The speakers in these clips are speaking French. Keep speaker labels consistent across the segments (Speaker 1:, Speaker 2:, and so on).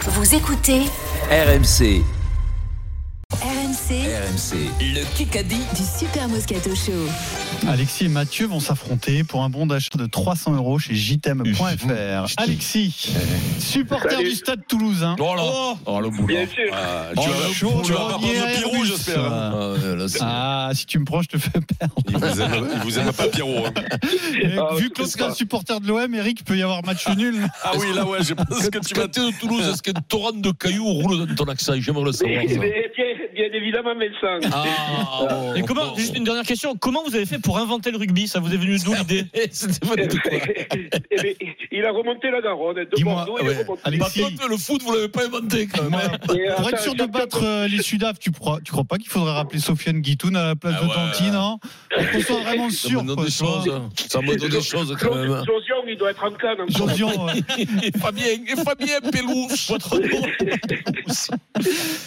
Speaker 1: Vous écoutez
Speaker 2: RMC,
Speaker 1: RMC
Speaker 2: RMC, le Kikadi.
Speaker 1: du Super Moscato Show.
Speaker 3: Alexis et Mathieu vont s'affronter pour un bon d'achat de 300 euros chez jtm.fr. Alexis, supporter du
Speaker 4: Salut.
Speaker 3: stade toulousain.
Speaker 5: Oh là Oh le boulot.
Speaker 4: Bien sûr.
Speaker 5: Ah,
Speaker 3: Oh,
Speaker 5: tu,
Speaker 3: le
Speaker 5: vas, tu
Speaker 3: boulot.
Speaker 5: vas pas prendre
Speaker 3: Premier
Speaker 5: le Pierrot,
Speaker 3: Airbus,
Speaker 5: j'espère.
Speaker 3: ça.
Speaker 6: hein.
Speaker 5: Ah, ouais, là, c'est-
Speaker 3: Ah, si tu me prends, je te fais perdre.
Speaker 5: il, vous aime, il vous aime pas Pierrot. hein.
Speaker 3: Et
Speaker 4: Ah,
Speaker 3: Vu
Speaker 4: je
Speaker 3: que l'autre
Speaker 4: sais
Speaker 3: est un
Speaker 4: pas.
Speaker 3: supporter de l'OM, Eric, il peut y avoir match nul.
Speaker 5: Ah oui, là, ouais, je pense que tu
Speaker 6: Quand
Speaker 5: vas.
Speaker 6: t'es de Toulouse, est-ce qu'un torrent de cailloux roule dans ton accent J'aimerais le savoir.
Speaker 4: Mais-
Speaker 6: ça.
Speaker 4: mais bien, bien évidemment, mais sans.
Speaker 6: Ah, bon,
Speaker 7: Et comment,
Speaker 6: bon.
Speaker 7: juste une dernière question, comment vous avez fait pour inventer le rugby Ça vous est venu d'où l'idée
Speaker 6: C'était pas du tout quoi.
Speaker 4: Eh ben, il a remonté la Garonne de
Speaker 3: Dis-moi,
Speaker 4: Bordeaux. Il
Speaker 6: ouais.
Speaker 4: a remonté.
Speaker 6: Par
Speaker 3: Alexis,
Speaker 6: contre, le foot, vous l'avez pas inventé quand même.
Speaker 3: moi,
Speaker 4: Et,
Speaker 3: pour
Speaker 4: attends,
Speaker 3: être sûr de
Speaker 4: chaque-
Speaker 3: battre euh, les Sudaves, tu crois, tu crois pas qu'il faudrait rappeler Sofiane Guitoun à la place
Speaker 6: Ah
Speaker 3: de
Speaker 6: ouais.
Speaker 3: Tanti, non Pour qu'on soit vraiment
Speaker 6: Ça
Speaker 3: sûr.
Speaker 6: me donne
Speaker 3: quoi,
Speaker 6: des
Speaker 3: tu vois.
Speaker 6: choses. hein. Ça me donne des choses Ah, quand
Speaker 4: Claude-
Speaker 6: même.
Speaker 4: Claude Young, il doit être en canne. encore.
Speaker 3: Jodian, ouais.
Speaker 6: Et Fabien, et Fabien Pélouse, votre nom.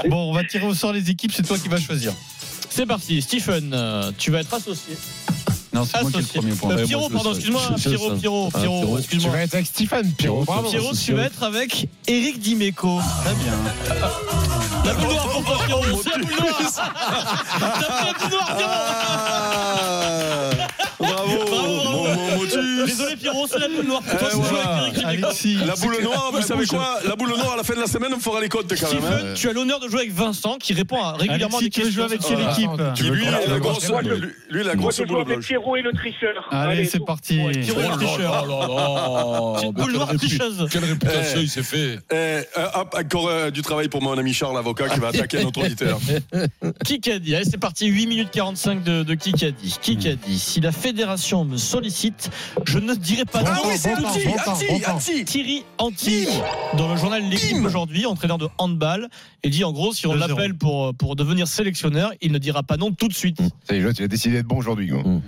Speaker 3: Bon, on va tirer au sort les équipes, c'est toi qui vas choisir.
Speaker 7: C'est parti, Stephen, euh, tu vas être associé.
Speaker 3: Non, c'est moi qui ai le
Speaker 7: Associé.
Speaker 3: premier point.
Speaker 7: Euh,
Speaker 6: Ouais, moi,
Speaker 7: Pierrot,
Speaker 6: je le
Speaker 7: pardon,
Speaker 6: sais.
Speaker 7: excuse-moi,
Speaker 6: Je sais
Speaker 7: Pierrot,
Speaker 6: ça.
Speaker 7: Pierrot,
Speaker 6: Ah,
Speaker 7: Pierrot,
Speaker 6: Pierrot,
Speaker 7: excuse-moi.
Speaker 8: Tu vas être avec Stéphane, Pierrot.
Speaker 6: Pierrot,
Speaker 8: Bravo.
Speaker 6: Pierrot.
Speaker 7: Pierrot, tu vas être avec Eric Dimeco.
Speaker 3: Très bien.
Speaker 7: La boule noire pour toi, Pierrot, c'est la boule noire T'as pris la boule noire, Pierrot
Speaker 5: Ah, bravo,
Speaker 7: Bravo, bravo.
Speaker 5: mon, mon motus.
Speaker 7: Désolé, Pierrot, c'est la boule noire pour toi,
Speaker 5: Eh,
Speaker 7: c'est joué
Speaker 5: voilà.
Speaker 7: avec Eric Dimeco.
Speaker 3: Alexis,
Speaker 5: La boule noire, vous savez quoi La boule noire, à la fin de la semaine, on fera les codes quand même. hein.
Speaker 7: Stephen, tu as l'honneur de jouer avec Vincent qui répond à régulièrement à
Speaker 3: Alexis,
Speaker 7: des
Speaker 3: tu veux
Speaker 7: questions.
Speaker 3: jouer avec quelle
Speaker 5: Voilà.
Speaker 3: équipe
Speaker 8: Attends,
Speaker 5: Qui, lui,
Speaker 8: veux
Speaker 5: il a la
Speaker 8: pas-
Speaker 5: euh, grosse,
Speaker 8: moi, je-
Speaker 5: lui, lui, il a la
Speaker 4: Moi,
Speaker 5: grosse
Speaker 4: je joue
Speaker 5: boule
Speaker 4: avec
Speaker 5: blanche.
Speaker 4: Pierrot et le tricheur.
Speaker 3: Allez, c'est
Speaker 4: tout.
Speaker 3: parti.
Speaker 7: Ouais, Pierrot,
Speaker 6: Oh là
Speaker 7: tricheur.
Speaker 6: là là là.
Speaker 5: Oh,
Speaker 7: Petite
Speaker 6: Mais
Speaker 5: bah,
Speaker 7: boule
Speaker 6: quelle
Speaker 7: noire
Speaker 6: répu-
Speaker 7: tricheuse.
Speaker 6: Quelle réputation il s'est fait.
Speaker 5: Eh, euh, hop, encore euh, du travail pour mon ami Charles, l'avocat, qui va attaquer notre auditeur.
Speaker 7: Kikadi, allez c'est parti, 8 minutes 45 de, de Kikadi. Kikadi, si la fédération me sollicite, je ne dirai pas
Speaker 5: Ah
Speaker 7: non.
Speaker 8: Anti, Anti,
Speaker 7: Thierry Anti, dans le journal L'équipe aujourd'hui, entraîneur de handball, et dit en gros, si on
Speaker 3: 2-0.
Speaker 7: l'appelle pour, pour devenir sélectionneur, il ne dira pas non tout de suite.
Speaker 8: Ça y est, l'autre, il a décidé d'être bon aujourd'hui. hein. gros.
Speaker 6: Hmm.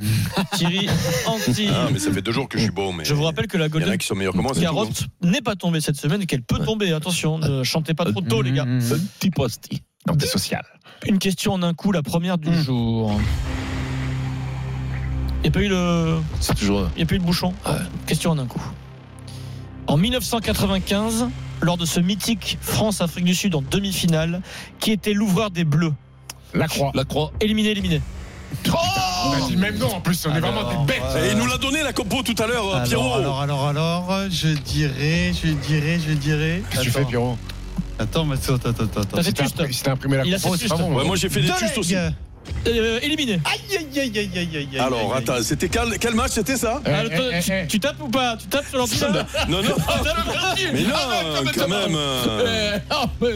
Speaker 7: Thierry Anti.
Speaker 5: Ah, mais ça fait deux jours que je suis beau, mais.
Speaker 7: Je vous rappelle que
Speaker 5: Il
Speaker 7: la
Speaker 5: y en a
Speaker 7: Golden
Speaker 5: qui sont meilleurs que moi, c'est tout, hein. Euh,
Speaker 7: Carotte n'est pas tombée cette semaine et qu'elle peut tomber. Attention, ne chantez pas trop tôt, les
Speaker 5: hmm.
Speaker 7: gars.
Speaker 6: Un petit poste.
Speaker 8: Antisocial.
Speaker 7: Une question en un coup, la première
Speaker 5: Hmm.
Speaker 7: du jour. Il n'y a pas eu le.
Speaker 6: C'est toujours.
Speaker 7: Il n'y a plus de bouchon.
Speaker 6: Ouais.
Speaker 7: Question en un coup. En 1995, lors de ce mythique France-Afrique du Sud en demi-finale, qui était l'ouvreur des Bleus
Speaker 8: La croix.
Speaker 6: La croix.
Speaker 7: Éliminé, éliminé.
Speaker 8: On a dit le même nom en plus, on est vraiment des bêtes.
Speaker 5: Et il nous l'a donné la compo tout à l'heure, euh, Pierrot.
Speaker 3: euh, Alors, alors, alors, alors, je dirais, je dirais, je dirais.
Speaker 8: Qu'est-ce que tu fais,
Speaker 3: Attends,
Speaker 8: Pierrot
Speaker 3: Attends, mais attends, attends, attends. attends.
Speaker 7: T'as fait
Speaker 8: Si t'as
Speaker 7: juste.
Speaker 8: imprimé- si t'as imprimé la
Speaker 7: Il a
Speaker 8: croix,
Speaker 7: fait
Speaker 8: c'est pas
Speaker 7: juste.
Speaker 8: bon.
Speaker 5: Ouais, moi, j'ai fait des
Speaker 3: Deux
Speaker 5: tustes aussi.
Speaker 3: legs.
Speaker 7: Euh, éliminé.
Speaker 5: Eh,
Speaker 3: Aïe, aïe, aïe, aïe, aïe, aïe, aïe.
Speaker 5: Alors,
Speaker 3: aïe, aïe.
Speaker 5: attends, c'était quel, quel match c'était ça
Speaker 8: Eh,
Speaker 7: Ah, le-
Speaker 8: eh,
Speaker 7: toi,
Speaker 8: eh,
Speaker 7: tu,
Speaker 8: eh.
Speaker 7: tu tapes ou pas Tu tapes sur l'ordinateur
Speaker 5: Non, non, mais
Speaker 7: Ah,
Speaker 5: non, quand même. euh,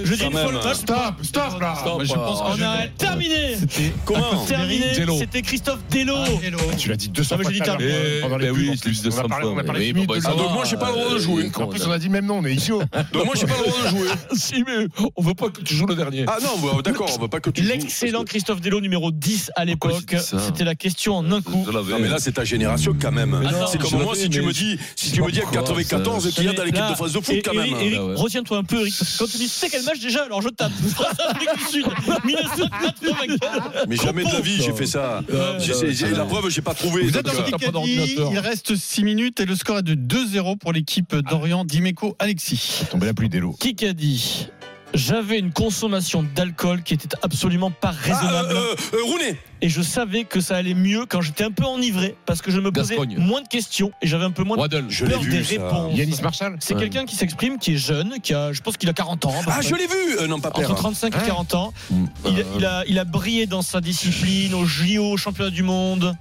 Speaker 7: Je dis
Speaker 5: Quand
Speaker 7: une fois
Speaker 5: même. hein.
Speaker 7: le match.
Speaker 8: Stop, stop là
Speaker 6: Stop.
Speaker 3: Mais je pense
Speaker 7: On
Speaker 3: qu'on
Speaker 7: a terminé.
Speaker 3: hein. C'était
Speaker 5: Comment
Speaker 7: Terminé.
Speaker 6: Dello.
Speaker 7: C'était Christophe Dello.
Speaker 3: Hello.
Speaker 8: Tu l'as dit 200
Speaker 7: Ah, mais
Speaker 8: fois
Speaker 7: j'ai dit
Speaker 8: tout à
Speaker 7: t'as-
Speaker 8: l'heure, pendant les
Speaker 6: Eh
Speaker 8: pubs,
Speaker 6: oui,
Speaker 8: en
Speaker 6: je l'ai
Speaker 8: plus.
Speaker 6: dit
Speaker 8: On a
Speaker 6: 100
Speaker 8: parlé-
Speaker 6: fois.
Speaker 8: on a parlé
Speaker 6: Oui,
Speaker 8: de
Speaker 6: bon,
Speaker 8: minutes
Speaker 6: bah,
Speaker 8: de
Speaker 6: ça
Speaker 5: Ah, donc
Speaker 8: l'heure.
Speaker 6: va.
Speaker 5: moi, j'ai pas le droit de jouer.
Speaker 8: En plus, on a dit le même nom, on est idiots.
Speaker 5: Donc, Bah, moi, j'ai pas le droit de jouer.
Speaker 6: Si, mais on veut pas que tu joues le dernier.
Speaker 5: Ah non, bah, d'accord, on veut pas que tu joues.
Speaker 7: L'excellent Christophe Dello, numéro 10 à l'époque.
Speaker 6: j'ai dit ça
Speaker 7: C'était la question en un coup.
Speaker 6: Je l'avais.
Speaker 5: Non mais là c'est ta génération quand même.
Speaker 7: non,
Speaker 5: c'est
Speaker 6: je
Speaker 5: comme moi
Speaker 6: l'avais,
Speaker 5: si tu
Speaker 6: mais
Speaker 5: me dis si
Speaker 6: je
Speaker 5: tu
Speaker 6: sais
Speaker 5: me
Speaker 6: pas
Speaker 5: dis à
Speaker 6: pourquoi,
Speaker 5: 94
Speaker 6: ça-
Speaker 5: qu'il y a dans
Speaker 7: Mais
Speaker 5: l'équipe
Speaker 7: là,
Speaker 5: de France de foot
Speaker 7: et-
Speaker 5: quand
Speaker 7: Eric-
Speaker 5: même.
Speaker 7: Eric,
Speaker 6: Ah ouais.
Speaker 7: retiens-toi un peu, Eric. Quand tu dis c'est quel match déjà, alors je tape. Afrique du Sud, 1984.
Speaker 5: Mais jamais de la vie j'ai fait ça.
Speaker 7: Euh,
Speaker 5: J'ai- j'ai- j'ai- la preuve j'ai pas trouvé.
Speaker 3: Vous
Speaker 5: donc,
Speaker 3: êtes en
Speaker 5: euh,
Speaker 6: t'as pas
Speaker 3: Kikadi,
Speaker 6: d'ordinateur.
Speaker 3: il reste 6 minutes et le score est de 2-0 pour l'équipe d'Orient, Dimeco, Alexis.
Speaker 8: Tombé la pluie des lots.
Speaker 7: Qui a dit J'avais une consommation d'alcool qui était absolument pas
Speaker 5: ah,
Speaker 7: raisonnable
Speaker 5: euh, euh, Rooney
Speaker 7: et je savais que ça allait mieux quand j'étais un peu enivré parce que je me posais
Speaker 6: Gascogne.
Speaker 7: moins de questions et j'avais un peu moins de
Speaker 6: Waddle.
Speaker 5: Je l'ai
Speaker 7: peur des
Speaker 5: vu ça.
Speaker 7: réponses.
Speaker 8: Yanis Marshall
Speaker 7: C'est
Speaker 6: Ouais.
Speaker 7: quelqu'un qui s'exprime, qui est jeune, qui a, je pense qu'il a 40 ans. à peu
Speaker 5: Ah
Speaker 7: près.
Speaker 5: je l'ai vu. Euh, non pas
Speaker 7: entre
Speaker 5: père.
Speaker 7: 35 et
Speaker 8: Hein
Speaker 7: 40 ans. Il, il a, il a brillé dans sa discipline, au JO, au championnat du monde.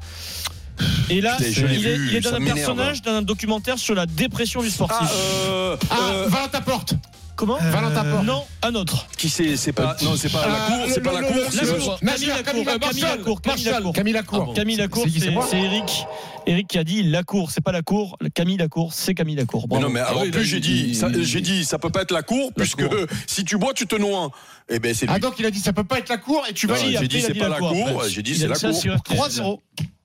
Speaker 7: Et là,
Speaker 5: Putain, je l'ai
Speaker 7: il est,
Speaker 5: vu,
Speaker 7: il est dans
Speaker 5: ça
Speaker 7: un
Speaker 5: m'énerve.
Speaker 7: personnage d'un documentaire sur la dépression du sportif.
Speaker 5: Ah euh,
Speaker 8: Ah,
Speaker 5: euh,
Speaker 8: Valentin Porte
Speaker 7: Comment Euh,
Speaker 8: Valentin Porte
Speaker 7: Non, un autre.
Speaker 5: qui c'est c'est pas non c'est pas la
Speaker 8: Ah,
Speaker 5: cour
Speaker 8: le-
Speaker 5: c'est pas la
Speaker 8: le-
Speaker 5: cour.
Speaker 8: le-
Speaker 5: c'est-
Speaker 7: La
Speaker 8: le-
Speaker 7: cour, Camille
Speaker 8: le- Marshall,
Speaker 7: Lacour, Camille
Speaker 8: Camille Marshall,
Speaker 7: Lacour, Camille
Speaker 8: Marshall,
Speaker 7: Lacour.
Speaker 8: Camille
Speaker 7: Ah
Speaker 8: Lacour.
Speaker 7: bon, Camille Lacour,
Speaker 8: C'est qui, c'est
Speaker 7: c'est
Speaker 8: moi
Speaker 7: c'est Eric. Eric qui a dit Lacour, c'est pas la cour. Camille Lacour, c'est Camille Lacour.
Speaker 5: Mais
Speaker 7: Bravo.
Speaker 5: non mais
Speaker 6: Ah
Speaker 5: alors, en
Speaker 6: oui,
Speaker 5: plus
Speaker 6: là,
Speaker 5: j'ai
Speaker 6: il-
Speaker 5: dit
Speaker 6: il-
Speaker 5: ça, j'ai dit ça peut pas être la cour puisque
Speaker 6: cour.
Speaker 5: si tu bois tu te noies. Eh ben c'est lui.
Speaker 8: Ah donc il a dit ça peut pas être la cour et tu
Speaker 5: Non,
Speaker 8: vas
Speaker 5: j'ai dit, c'est pas la cour, j'ai dit, c'est la cour.
Speaker 3: 3-0.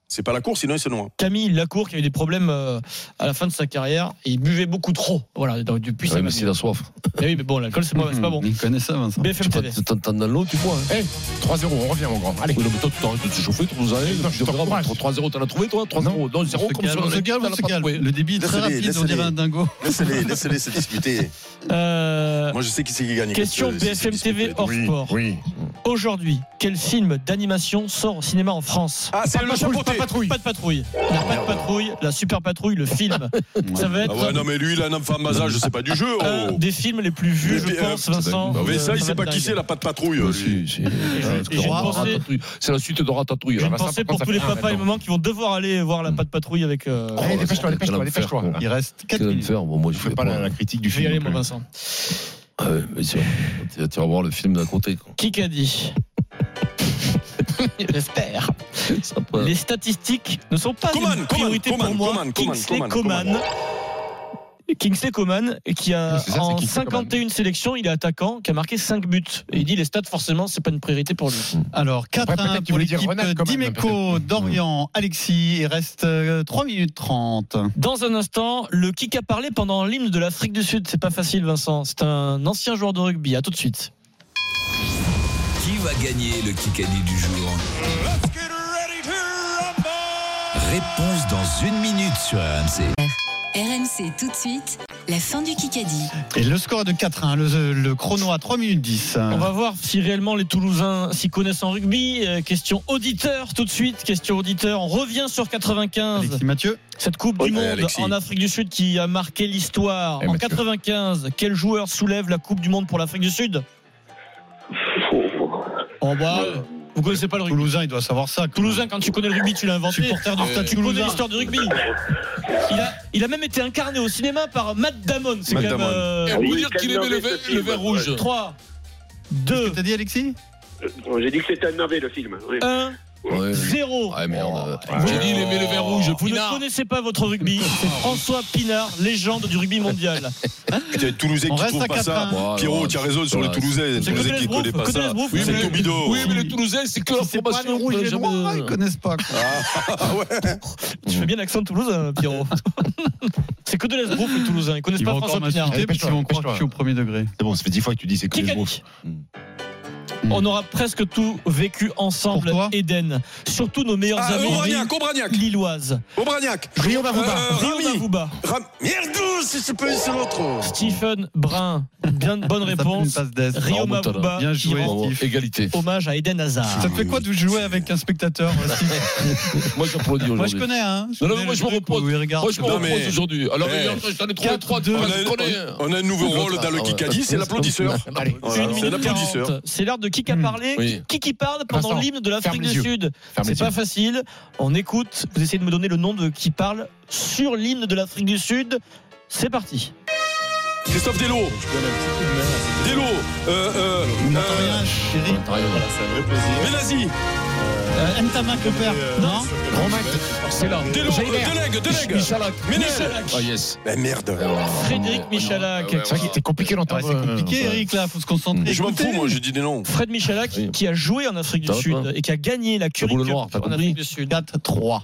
Speaker 5: C'est pas la course, sinon il se noie.
Speaker 7: Camille Lacour qui a eu des problèmes euh, à la fin de sa carrière et il buvait beaucoup trop. Voilà, donc depuis ça
Speaker 6: Ouais,
Speaker 7: m'a
Speaker 6: mais c'est la soif.
Speaker 7: Eh oui, mais bon, l'alcool c'est pas, c'est pas bon.
Speaker 3: Il connaît ça, Vincent.
Speaker 7: BFM
Speaker 6: Tu
Speaker 7: TV.
Speaker 6: t'en- t'entends dans l'eau, tu bois. hein.
Speaker 8: 3-0, on revient, mon grand. Allez.
Speaker 6: Oui, non, mais toi, tu t'arrêtes de te chauffer, tu nous arrives.
Speaker 8: Non, je
Speaker 6: Tu verras,
Speaker 8: t'encourage.
Speaker 6: 3-0, t'en as trouvé, toi 3-0, non,
Speaker 3: On
Speaker 6: 0
Speaker 3: se
Speaker 6: comme
Speaker 3: calme,
Speaker 6: sur
Speaker 3: on se
Speaker 6: le-
Speaker 3: calme,
Speaker 6: t'en
Speaker 3: on
Speaker 6: as
Speaker 3: se
Speaker 6: pas
Speaker 3: calme.
Speaker 6: trouvé.
Speaker 3: Le débit est très
Speaker 5: Laissez-les,
Speaker 3: rapide, on
Speaker 5: laissez-les.
Speaker 3: dirait un dingo.
Speaker 5: Laissez-les, laissez-les se disputer.
Speaker 7: Euh,
Speaker 5: Moi, je sais qui c'est qui gagne.
Speaker 7: question
Speaker 5: Parce que c'est
Speaker 7: BFM TV
Speaker 5: disputé.
Speaker 7: hors
Speaker 8: Oui,
Speaker 7: sport.
Speaker 8: oui.
Speaker 7: Aujourd'hui, quel film d'animation sort au cinéma en France
Speaker 5: Ah, c'est le machin
Speaker 8: Patrouille, pas
Speaker 5: poté.
Speaker 8: patrouille.
Speaker 7: Pas de patrouille. La pas de patrouille, la super patrouille, le film. Ça va être
Speaker 5: Ah ouais, non, mais lui, il a un homme femme bas âge, c'est pas du jeu.
Speaker 7: un
Speaker 5: Oh.
Speaker 7: des films les plus vus,
Speaker 5: Mais
Speaker 7: je
Speaker 5: puis,
Speaker 7: pense,
Speaker 5: euh,
Speaker 7: Vincent.
Speaker 6: bah
Speaker 5: Mais ça,
Speaker 7: Euh,
Speaker 5: il sait
Speaker 7: va
Speaker 5: pas
Speaker 7: être
Speaker 5: qui
Speaker 7: dingue.
Speaker 5: c'est, la patte patrouille.
Speaker 6: Oui,
Speaker 5: lui.
Speaker 6: si, si.
Speaker 7: j'ai- et j'ai pensé-
Speaker 6: Ratatouille. C'est la suite de Ratatouille.
Speaker 7: J'ai
Speaker 8: Ah
Speaker 7: une
Speaker 8: bah ça,
Speaker 7: pensée pour
Speaker 8: par contre,
Speaker 7: tous les
Speaker 8: ça fait un,
Speaker 7: papas et
Speaker 8: maintenant.
Speaker 7: mamans qui vont devoir aller voir la patte patrouille avec. euh,
Speaker 8: Allez, dépêche-toi, dépêche-toi, dépêche-toi.
Speaker 3: Il reste 4
Speaker 6: Quel
Speaker 3: minutes.
Speaker 6: enfer, bon, moi je
Speaker 8: Je fais
Speaker 6: vais
Speaker 8: pas la, la critique du
Speaker 7: Je vais y
Speaker 8: film.
Speaker 7: aller,
Speaker 8: non
Speaker 7: moi,
Speaker 8: plus.
Speaker 7: Vincent.
Speaker 6: Ah ouais, mais c'est- tu tu vas voir le film d'à côté. quoi.
Speaker 7: Qui qu'a dit J'espère.
Speaker 6: Ça peut-
Speaker 7: Les statistiques ne sont pas
Speaker 5: Coman,
Speaker 7: une
Speaker 5: Coman,
Speaker 7: priorité
Speaker 5: Coman,
Speaker 7: pour moi.
Speaker 5: Coman, Coman,
Speaker 7: Kingsley
Speaker 5: Coman,
Speaker 7: Coman.
Speaker 5: Coman.
Speaker 7: Kingsley Coman, qui a
Speaker 8: C'est ça, c'est
Speaker 7: en
Speaker 8: Kingsley
Speaker 7: 51 sélections, il est attaquant, qui a marqué 5 buts. Et il dit les stats, forcément, c'est pas une priorité pour lui.
Speaker 3: Alors, 4
Speaker 8: Hmm. Après, peut-être
Speaker 3: 1
Speaker 8: tu
Speaker 3: pour
Speaker 8: voulais dire
Speaker 3: l'équipe
Speaker 8: Ronald Koeman,
Speaker 3: d'Imeco, d'Orient, Alexis. Il reste 3 minutes 30.
Speaker 7: Dans un instant, le kick a parlé pendant l'hymne de l'Afrique du Sud. C'est pas facile, Vincent. C'est un ancien joueur de rugby. À tout de suite.
Speaker 2: Qui va gagner le Kikadi du jour Réponse dans une minute sur RMC.
Speaker 1: RMC tout de suite, la fin du Kikadi.
Speaker 3: Et le score est de 4 1. Le, le chrono à 3 minutes 10.
Speaker 7: On va voir si réellement les Toulousains s'y connaissent en rugby. Euh, question auditeur tout de suite. Question auditeur. On revient sur 95.
Speaker 3: Alexis Mathieu.
Speaker 7: Cette Coupe du
Speaker 5: Eh,
Speaker 7: Monde
Speaker 5: Alexis.
Speaker 7: en Afrique du Sud qui a marqué l'histoire.
Speaker 8: Eh,
Speaker 7: en
Speaker 8: Mathieu.
Speaker 7: 95, quel joueur soulève la Coupe du Monde pour l'Afrique du Sud En bas, vous connaissez pas le rugby.
Speaker 3: Toulousain, il doit savoir ça.
Speaker 7: Toulousain, quand tu connais le rugby, tu l'as inventé.
Speaker 3: Supporter du
Speaker 7: Ah,
Speaker 3: Stade
Speaker 7: tu
Speaker 3: Toulousain.
Speaker 7: connais l'histoire du rugby. Il a, il a même été incarné au cinéma par Matt Damon. C'est quand
Speaker 5: Matt
Speaker 7: même.
Speaker 5: Damon.
Speaker 6: Eh,
Speaker 7: euh,
Speaker 6: on peut
Speaker 4: Oui,
Speaker 6: dire qu'il
Speaker 4: quel
Speaker 6: aimait le
Speaker 4: mauvais
Speaker 6: vert-
Speaker 4: ce
Speaker 6: le
Speaker 4: film,
Speaker 6: vert
Speaker 4: ouais.
Speaker 6: rouge.
Speaker 7: 3, 2,
Speaker 3: T'as dit Alexis
Speaker 4: Euh, J'ai dit que c'était un navet, le film. Oui.
Speaker 7: 1,
Speaker 6: Ouais.
Speaker 7: 0.
Speaker 6: Ah merde.
Speaker 7: J'ai
Speaker 6: J'ai dit il aimait le vert rouge.
Speaker 7: Vous
Speaker 6: Pounard.
Speaker 7: ne connaissez pas votre rugby. C'est François Pinard, légende du rugby mondial.
Speaker 5: Il y a les Toulousains
Speaker 3: On
Speaker 5: qui
Speaker 3: reste à
Speaker 5: trouvent pas
Speaker 3: 4
Speaker 5: ça.
Speaker 3: un.
Speaker 6: Voilà.
Speaker 5: Pierrot, tu as raison sur les
Speaker 6: Voilà.
Speaker 5: Toulousains. Les
Speaker 7: C'est
Speaker 5: Toulousains
Speaker 7: que
Speaker 5: qui
Speaker 7: les
Speaker 5: ne connaissent
Speaker 7: Broufs,
Speaker 5: pas
Speaker 7: que les
Speaker 5: ça.
Speaker 7: Broufs.
Speaker 6: Oui,
Speaker 5: C'est
Speaker 6: mais,
Speaker 5: Tobido.
Speaker 6: oui, mais les Toulousains, c'est que leur
Speaker 3: C'est pas les
Speaker 6: formation.
Speaker 3: rouges et
Speaker 6: jamais-
Speaker 3: noirs, ils connaissent pas. quoi.
Speaker 5: Ah ouais.
Speaker 7: Tu fais bien l'accent de Toulouse, hein, Pierrot. C'est que de l'esbrouf, les Toulousains. Ils connaissent
Speaker 3: Ils
Speaker 7: pas
Speaker 3: vont encore
Speaker 7: François Pinard.
Speaker 3: m'insulter parce
Speaker 8: Dépêche-toi,
Speaker 3: qu'ils vont croire que je
Speaker 8: dépêche-toi.
Speaker 3: suis au premier degré.
Speaker 8: C'est bon, ça fait 10 fois que tu dis c'est que
Speaker 7: Qui
Speaker 8: les
Speaker 7: gagne
Speaker 8: mots.
Speaker 7: On aura presque tout vécu ensemble,
Speaker 3: Pour toi
Speaker 7: Eden. Surtout nos meilleurs
Speaker 5: Ah,
Speaker 7: amis
Speaker 5: Aubragnac, Aubragnac.
Speaker 7: lilloises.
Speaker 5: Aubragnac.
Speaker 8: Rio
Speaker 5: Euh,
Speaker 7: Rio
Speaker 5: Rami.
Speaker 7: Mavouba,
Speaker 5: Ram- Merde, si c'est pas c'est l'autre.
Speaker 7: Stephen Brun, bien bonne
Speaker 3: Ça fait une
Speaker 7: réponse.
Speaker 3: passe d'aise.
Speaker 7: Rio
Speaker 6: Alors, Montana.
Speaker 7: Mavouba,
Speaker 3: Bien joué.
Speaker 7: qui rend
Speaker 6: Bravo.
Speaker 3: Steve.
Speaker 6: Égalité.
Speaker 7: hommage à Eden Hazard.
Speaker 3: Ça te fait quoi de jouer avec un spectateur Steve
Speaker 6: Moi, j'applaudis
Speaker 3: Moi je
Speaker 6: aujourd'hui.
Speaker 3: connais, hein.
Speaker 6: Non, non,
Speaker 3: connais
Speaker 6: moi,
Speaker 3: le
Speaker 6: je me
Speaker 3: truc
Speaker 6: repose.
Speaker 3: où il regarde.
Speaker 6: Moi, je me
Speaker 5: Non, mais-
Speaker 6: repose aujourd'hui. Alors,
Speaker 5: Eh.
Speaker 6: regarde, j'en ai trouvé
Speaker 3: Quatre,
Speaker 6: 3
Speaker 3: deux.
Speaker 5: On a,
Speaker 6: je connais.
Speaker 5: on- on a un nouveau rôle dans le Kikadi, c'est l'applaudisseur.
Speaker 8: Allez,
Speaker 5: ah, Voilà,
Speaker 7: Une
Speaker 5: Oh c'est
Speaker 7: minute
Speaker 5: l'applaudisseur.
Speaker 7: 40. C'est l'heure de qui
Speaker 3: Hmm.
Speaker 7: a parlé,
Speaker 6: Oui.
Speaker 7: qui qui parle pendant
Speaker 8: Vincent,
Speaker 7: l'hymne de l'Afrique
Speaker 8: ferme
Speaker 7: du
Speaker 8: les yeux.
Speaker 7: Sud.
Speaker 8: ferme les
Speaker 7: C'est pas
Speaker 8: yeux.
Speaker 7: facile. On écoute. Vous essayez de me donner le nom de qui parle sur l'hymne de l'Afrique du Sud. C'est parti.
Speaker 5: Christophe Delo. Delo. Euh, euh,
Speaker 3: On n'entend
Speaker 5: euh,
Speaker 3: rien, chérie.
Speaker 5: Benazzi.
Speaker 3: Euh, Ntamak, le père. Non
Speaker 8: Romain, c'est là.
Speaker 5: Delo.
Speaker 8: Jaïber.
Speaker 5: euh, Delègue. Delègue.
Speaker 8: Michalak.
Speaker 5: Ménel.
Speaker 6: Ah, yes.
Speaker 5: Ben merde. Oh,
Speaker 7: Frédéric Michalak.
Speaker 8: C'est vrai que c'est compliqué
Speaker 3: Ouais,
Speaker 8: d'entendre.
Speaker 3: C'est compliqué, Eric, là. Faut se concentrer.
Speaker 5: Je m'en
Speaker 3: Écoutez.
Speaker 5: fous, moi, j'ai dit des noms.
Speaker 7: Fred Michalak
Speaker 6: Oui.
Speaker 7: qui a joué en Afrique du
Speaker 6: Ça va
Speaker 7: Sud
Speaker 6: pas
Speaker 7: et qui a gagné la Currie
Speaker 6: boule
Speaker 7: Cup
Speaker 6: noire, t'as
Speaker 7: en
Speaker 6: compris
Speaker 7: Afrique du Sud.
Speaker 3: 4-3.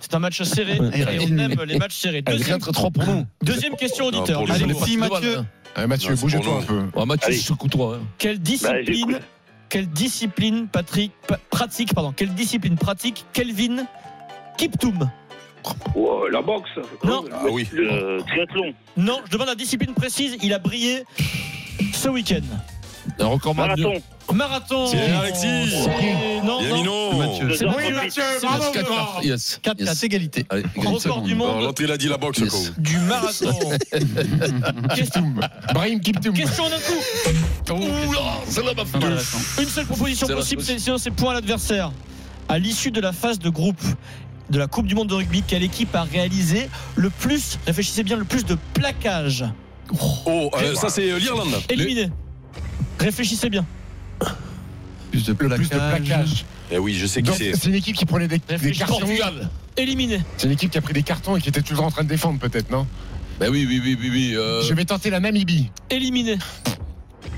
Speaker 7: C'est un match serré
Speaker 3: Ouais.
Speaker 7: et on aime les matchs serrés.
Speaker 6: Elle
Speaker 7: Deuxième,
Speaker 6: 4-3 pour nous.
Speaker 7: deuxième question
Speaker 5: Non,
Speaker 7: auditeur.
Speaker 5: pour les
Speaker 7: Allez,
Speaker 5: autres.
Speaker 3: Alexis, Mathieu.
Speaker 8: Euh, Mathieu,
Speaker 5: Non, c'est
Speaker 8: bouge-toi
Speaker 5: pour
Speaker 8: un peu.
Speaker 6: Ah, Mathieu,
Speaker 9: Allez.
Speaker 6: secoue-toi. hein.
Speaker 7: quelle discipline
Speaker 9: j'écoute.
Speaker 7: Quelle discipline Patrick pa- pratique pardon Quelle discipline pratique Kelvin Kiptoum
Speaker 4: Oh, la boxe.
Speaker 7: Non.
Speaker 5: Ah oui.
Speaker 9: Le triathlon.
Speaker 7: Non, je demande la discipline précise. Il a brillé ce week-end.
Speaker 6: Un record
Speaker 9: Marathon.
Speaker 6: mondial.
Speaker 7: Marathon.
Speaker 5: C'est Alexis.
Speaker 7: C'est- Non,
Speaker 5: Il y a
Speaker 7: non.
Speaker 5: Minon.
Speaker 3: Mathieu.
Speaker 9: Deux
Speaker 7: C'est
Speaker 9: heures
Speaker 7: bon,
Speaker 9: trente-huit.
Speaker 8: Mathieu,
Speaker 7: bravo,
Speaker 6: Yes, 4-4. Yes.
Speaker 3: 4
Speaker 6: Yes.
Speaker 3: 4 égalité.
Speaker 6: Allez, égalité.
Speaker 7: Record du
Speaker 5: Non,
Speaker 7: monde
Speaker 5: Oh, L'autre, il a dit la boxe,
Speaker 6: Yes.
Speaker 5: quoi.
Speaker 7: du marathon. question,
Speaker 8: Brahim Kiptoum.
Speaker 7: question d'un coup.
Speaker 6: Oula, c'est là ma
Speaker 3: Ah,
Speaker 6: faute.
Speaker 3: voilà, attends.
Speaker 7: Une seule proposition
Speaker 6: C'est la
Speaker 7: possible,
Speaker 6: chose.
Speaker 7: c'est- sinon c'est point à l'adversaire. À l'issue de la phase de groupe de la Coupe du Monde de rugby, quelle équipe a réalisé le plus, réfléchissez bien, le plus de plaquages
Speaker 5: Oh, euh, ça, c'est euh, l'Irlande.
Speaker 7: éliminés Réfléchissez bien.
Speaker 3: Plus de
Speaker 8: Le plus de plaquage.
Speaker 5: Eh oui, je sais qui
Speaker 8: Donc,
Speaker 5: c'est.
Speaker 8: C'est une équipe qui prenait des, des
Speaker 7: Réfléchis.
Speaker 8: cartons.
Speaker 7: Portugal. Éliminés.
Speaker 8: C'est une équipe qui a pris des cartons et qui était toujours en train de défendre, peut-être, non
Speaker 6: Ben oui, oui, oui, oui, oui. euh,
Speaker 8: Je vais tenter la Namibie.
Speaker 7: Éliminés.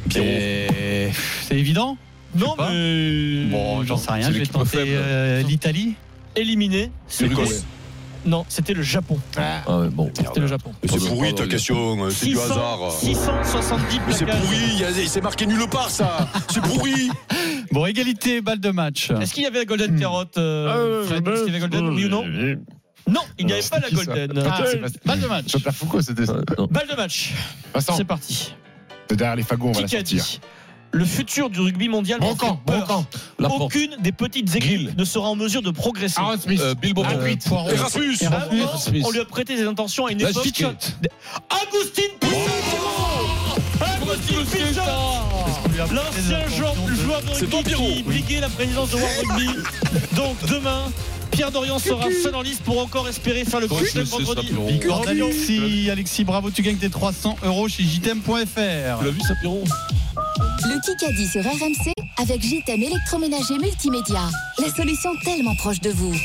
Speaker 5: Pierrot.
Speaker 3: Et- C'est évident
Speaker 7: Non,
Speaker 3: pas.
Speaker 7: mais.
Speaker 3: Bon, j'en sais rien.
Speaker 6: C'est
Speaker 3: Je vais
Speaker 6: l'équipe faible.
Speaker 3: tenter euh, l'Italie.
Speaker 7: éliminé. C'était-
Speaker 5: Uruguay.
Speaker 7: Non, c'était le Japon.
Speaker 6: Ah ouais, bon.
Speaker 7: C'était le Japon.
Speaker 5: Mais C'est
Speaker 6: Pardon,
Speaker 5: pourri
Speaker 6: pardon,
Speaker 5: ta
Speaker 6: les-
Speaker 5: question, euh, c'est du
Speaker 7: 600
Speaker 5: hasard.
Speaker 7: 670
Speaker 5: Mais c'est
Speaker 7: plaquages.
Speaker 5: pourri, il y a- c'est marqué nulle part ça. C'est pourri.
Speaker 3: Bon, égalité, balle de match.
Speaker 8: Ah.
Speaker 7: Est-ce qu'il y avait la
Speaker 8: Hmm.
Speaker 7: Golden Carotte euh, Fred Est-ce qu'il y avait Golden, oui ou non Non, il n'y avait pas la
Speaker 8: Qui, ça
Speaker 7: Golden.
Speaker 8: Ah, c'est pas-
Speaker 3: Balle de match.
Speaker 8: Jean-Pierre Foucault, c'était ça.
Speaker 6: Euh, non.
Speaker 7: Balle de match.
Speaker 8: Vincent,
Speaker 7: C'est parti.
Speaker 8: derrière les fagots, on va
Speaker 7: Qui
Speaker 8: la
Speaker 7: qui a
Speaker 8: sortir.
Speaker 7: dit Le futur du rugby mondial. me
Speaker 8: Brocan,
Speaker 7: fait peur.
Speaker 8: Brocan.
Speaker 6: La porte.
Speaker 7: Aucune des petites équipes
Speaker 6: Grill.
Speaker 7: ne sera en mesure de progresser.
Speaker 8: Aaron Smith.
Speaker 6: Euh, Bill Bobon.
Speaker 8: Magritte.
Speaker 3: Poirot.
Speaker 5: Erasmus.
Speaker 7: Ah,
Speaker 3: Erasmus.
Speaker 7: non,
Speaker 6: Smith.
Speaker 7: on lui a prêté des intentions à une
Speaker 6: La
Speaker 7: époque.
Speaker 6: Piquet.
Speaker 7: Agustin
Speaker 8: Oh.
Speaker 7: Pissarro Agustin Pissarro L'ancien joueur, joueur de
Speaker 5: C'est
Speaker 7: rugby
Speaker 5: ton Pierrot.
Speaker 7: qui briguait la présidence de World Rugby. Donc demain, Pierre Dorian sera seul en liste pour encore espérer faire le
Speaker 6: Quand
Speaker 7: coach
Speaker 6: je
Speaker 7: le
Speaker 6: le sais,
Speaker 7: vendredi.
Speaker 6: ça, Pierrot.
Speaker 3: Victoire d'Alexis. Alexis, bravo, tu gagnes tes 300 euros chez jtm.fr.
Speaker 6: Tu l'as vu, ça, Pierrot
Speaker 1: Le Kikadi sur RMC avec JTM électroménager multimédia. La solution tellement proche de vous.